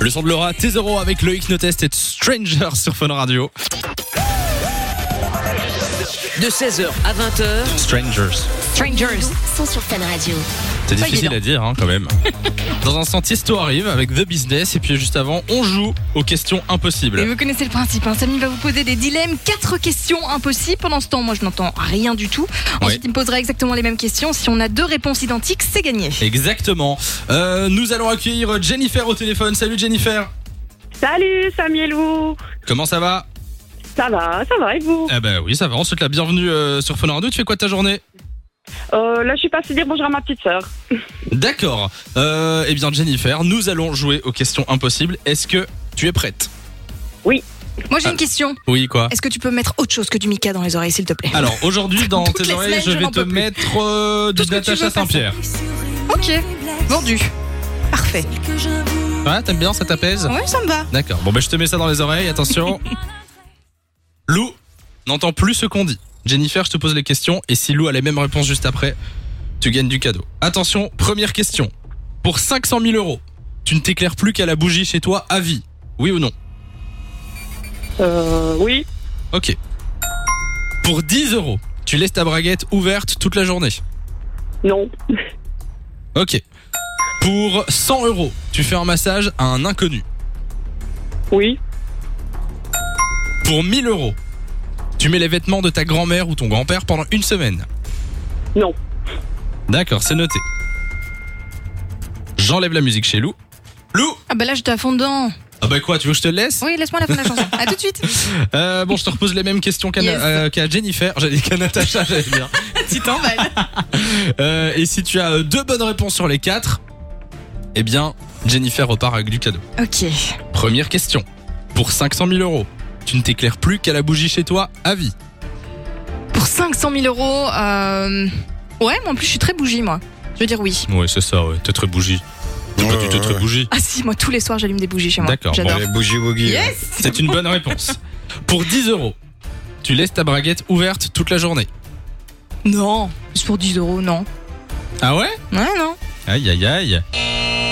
Le son de Laura, T0 avec Loïc Notest et Stranger sur Fun Radio. De 16h à 20h, Strangers. Strangers. sont sur Fun Radio. C'est Pas difficile évident. à dire hein, quand même. Dans un sentier Tisto arrive avec The Business et puis juste avant, on joue aux questions Et impossibles. vous connaissez le principe, hein. Samy va vous poser des dilemmes, quatre questions impossibles. Pendant ce temps, moi je n'entends rien du tout. Ensuite, Ouais. il me posera exactement les mêmes questions. Si on a deux réponses identiques, c'est gagné. Exactement. Euh, nous allons accueillir Jennifer au téléphone. Salut Jennifer. Salut Samielou Comment ça va Ça va, ça va et vous Eh ben oui, ça va. On te souhaite la bienvenue euh, sur Fun Radio. Tu fais quoi de ta journée euh, Là je suis passée dire bonjour à ma petite sœur. D'accord. Euh, eh bien Jennifer, nous allons jouer aux questions impossibles. Est-ce que tu es prête Moi j'ai Ah. une question. Oui, quoi Est-ce que tu peux mettre autre chose que du Mika dans les oreilles, s'il te plaît Alors aujourd'hui, dans Toutes tes les oreilles, semaines, je je vais n'en te peux plus. mettre Tout du ce que tu Natacha veux, pas ça. Saint-Pierre. Ok, vendu. Parfait. Ouais, Hein, t'aimes bien, ça t'apaise Oui, ça me va. D'accord. Bon, ben je te mets ça dans les oreilles, attention. Lou n'entend plus ce qu'on dit. Jennifer, je te pose les questions et si Lou a les mêmes réponses juste après, tu gagnes du cadeau. Attention, première question. Pour 500 000 euros, tu ne t'éclaires plus qu'à la bougie chez toi à vie. Oui ou non Euh, oui, Ok. Pour 10 euros, tu laisses ta braguette ouverte toute la journée. non, Ok. Pour 100 euros, tu fais un massage à un inconnu. oui, Pour 1000 euros, tu mets les vêtements de ta grand-mère ou ton grand-père pendant une semaine. non. D'accord, c'est noté. J'enlève la musique chez Lou. Lou Ah bah là j'étais à fond dedans. Ah bah quoi, tu veux que je te laisse Oui, laisse-moi la fin de la chanson. À tout de suite. Euh, Bon, je te repose les mêmes questions qu'à Na- Yes. euh, qu'à Jennifer. J'allais dire qu'à Natacha, j'allais dire. tu t'emballes. Euh, et si tu as euh, deux bonnes réponses sur les quatre, eh bien, Jennifer repart avec du cadeau. Ok. Première question. Pour 500 000 euros, tu ne t'éclaires plus qu'à la bougie chez toi à vie. Pour 500 000 euros, euh... ouais, mais en plus je suis très bougie moi. Je veux dire oui. Ouais, c'est ça, ouais. T'es très bougie. T'es pas du tout très bougie. Ah si, moi tous les soirs j'allume des bougies chez moi. D'accord, J'adore. Ouais, bougie woogie. euh. Yes C'est une bonne réponse. Pour 10 euros, tu laisses ta braguette ouverte toute la journée. Non, c'est pour 10 euros, non. Ah ouais Ouais, non. Aïe, aïe, aïe.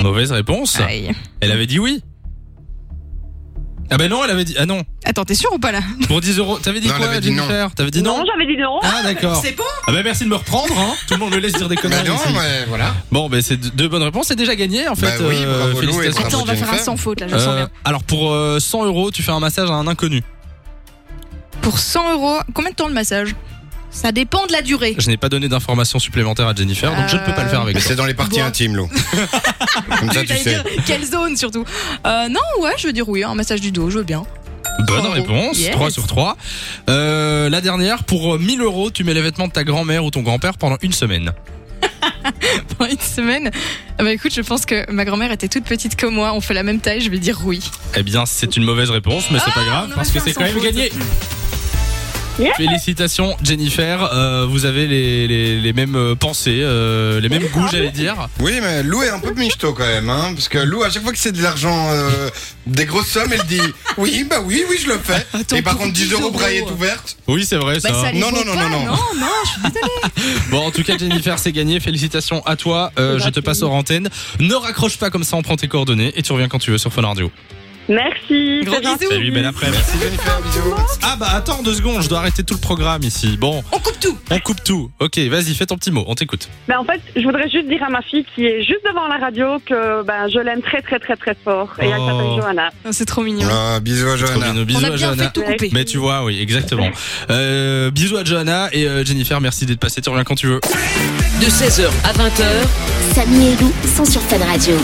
Mauvaise réponse. Aïe. Elle avait dit oui. Ah ben non, elle avait dit... Ah non. Attends, t'es sûr ou pas là Pour 10 euros, t'avais dit Non, elle quoi, avait dit non. Jennifer T'avais dit non, j'avais dit non. Ah d'accord. bon Ah ben merci de me reprendre, hein. Tout le monde me laisse dire des Bah conneries. non, ici. mais voilà. Bon, ben c'est deux deux bonnes réponses, c'est déjà gagné en Bah fait. euh, oui, bravo, Lou, et félicitations. bravo. Attends, on va faire un Jennifer. sans faute là, je le sens Euh, bien. alors pour euh, 100 euros, tu fais un massage à un inconnu. Pour 100 euros, combien de temps le massage Ça dépend de la durée. Je n'ai pas donné d'informations supplémentaires à Jennifer, donc je ne peux pas le Bah, faire avec Mais toi. c'est dans les parties Bon. intimes, Lou. Comme ça, tu J'allais sais. dire, quelle zone surtout Euh, Non, ouais, je veux dire oui, un massage du dos, je veux bien. Bonne euros. réponse, Yes. 3 sur 3. la dernière, pour euh, 1000 euros, tu mets les vêtements de ta grand-mère ou ton grand-père pendant une semaine. Pendant une semaine. Ah Bah écoute, je pense que ma grand-mère était toute petite comme moi, on fait la même taille, je vais dire oui. Eh bien, c'est une mauvaise réponse, mais c'est pas grave, aurait parce que fait un c'est quand sans même faute. gagné. Yeah. Félicitations, Jennifer. Euh, vous avez les, les- les mêmes euh, pensées, euh, les mêmes goûts, j'allais dire. Oui, mais Lou est un peu michto quand même, hein, parce que Lou, à chaque fois que c'est de l'argent, euh, des grosses sommes, elle dit oui, bah oui, oui, je le fais. Attends, Et par pour contre, 10 euros braillette ouverte. Oui, c'est vrai, Bah ça les Non, vaut non, non, pas, non, non. non, je suis désolée. Bon, en tout cas, Jennifer, c'est gagné. Félicitations à toi. Euh, je te passe hors antenne. Ne raccroche pas comme ça, on prend tes coordonnées et tu reviens quand tu veux sur Fun Radio. Merci. Gros c'est gentil. bisous. Salut, belle après Merci Jennifer, bisous. Ah bah attends deux secondes, je dois arrêter tout le programme ici. Bon, On coupe tout. on coupe tout. Ok, vas-y, fais ton petit mot, on t'écoute. Ben, en fait, je voudrais juste dire à ma fille qui est juste devant la radio que ben, je l'aime très très très très fort. Et elle Oh. s'appelle Johanna. Oh, C'est trop mignon. Ah, bisous à Trop Johanna. bien, bisous on a à bien fait Johanna. de tout couper. Mais tu vois, oui, exactement. Euh, bisous à Johanna et euh, Jennifer, merci d'être passé, tu reviens quand tu veux. de 16h à 20h, Samy et Lou sont sur Fun Radio.